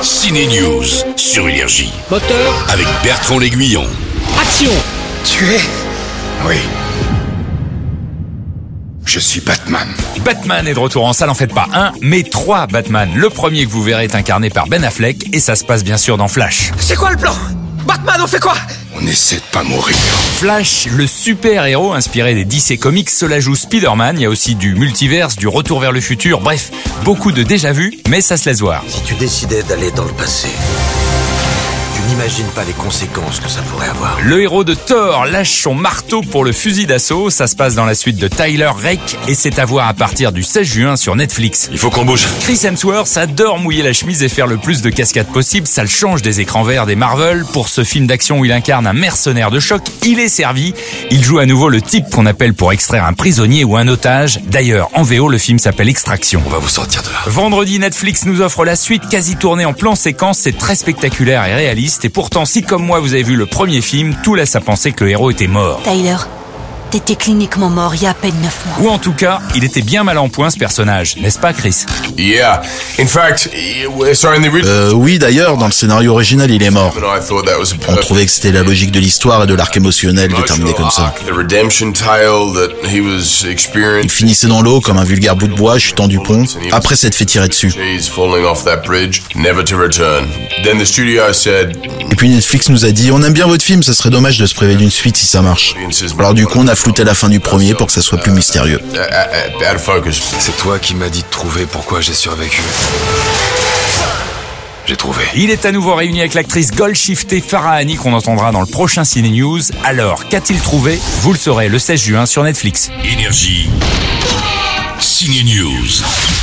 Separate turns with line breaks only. Ciné News sur Énergie
Moteur,
avec Bertrand L'Aiguillon.
action
Tu es Oui. Je suis Batman.
Batman est de retour en salle, en fait pas un, mais trois Batman. Le premier que vous verrez est incarné par Ben Affleck et ça se passe bien sûr dans Flash.
C'est quoi le plan Batman, on fait quoi
On essaie de pas mourir.
Flash, le super-héros inspiré des DC Comics, cela joue Spider-Man, il y a aussi du multiverse, du retour vers le futur, bref, beaucoup de déjà-vu, mais ça se laisse voir.
Si tu décidais d'aller dans le passé, tu n'imagines pas les conséquences que ça pourrait avoir.
Le héros de Thor lâche son marteau pour le fusil d'assaut, ça se passe dans la suite de Tyler Rake et c'est à voir à partir du 16 juin sur Netflix.
Il faut qu'on bouge.
Chris Hemsworth adore mouiller la chemise et faire le plus de cascades possible, ça le change des écrans verts des Marvel. Pour ce film d'action où il incarne un mercenaire de choc, il est servi. Il joue à nouveau le type qu'on appelle pour extraire un prisonnier ou un otage. D'ailleurs, en VO, le film s'appelle Extraction.
On va vous sortir de là.
Vendredi, Netflix nous offre la suite quasi tournée en plan séquence. C'est très spectaculaire et réaliste. Et pourtant, si comme moi vous avez vu le premier film, tout laisse à penser que le héros était mort.
Tyler, t'étais cliniquement mort il y a à peine 9 mois.
Ou en tout cas, il était bien mal en point ce personnage, n'est-ce pas Chris
Yeah. In fact, eh, sorry, in the original,
Euh, oui, d'ailleurs, dans le scénario original, il est
Uh,
mort.
I thought that was a
On
Euh,
perfect
trouvait que c'était la logique de l'histoire et de l'arc émotionnel de terminer comme ça.
The redemption tale that he was
Il
experiencing.
finissait dans l'eau comme un vulgaire bout de bois chutant du pont, après s'être fait tirer dessus.
He's falling off that bridge, never to return. Then the studio said,
Et puis Netflix nous a dit, on aime bien votre film, ce serait dommage de se priver d'une suite si ça marche. Alors du coup, on a flouté la fin du premier pour que ça soit plus mystérieux.
uh, uh, uh, out of focus.
C'est toi qui m'as dit de trouver pourquoi j'ai survécu. J'ai trouvé.
Il est à nouveau réuni avec l'actrice Goldshiftée Farah Annie qu'on entendra dans le prochain Ciné News. Alors, qu'a-t-il trouvé Vous le saurez le 16 juin sur Netflix.
Énergie. Ciné News.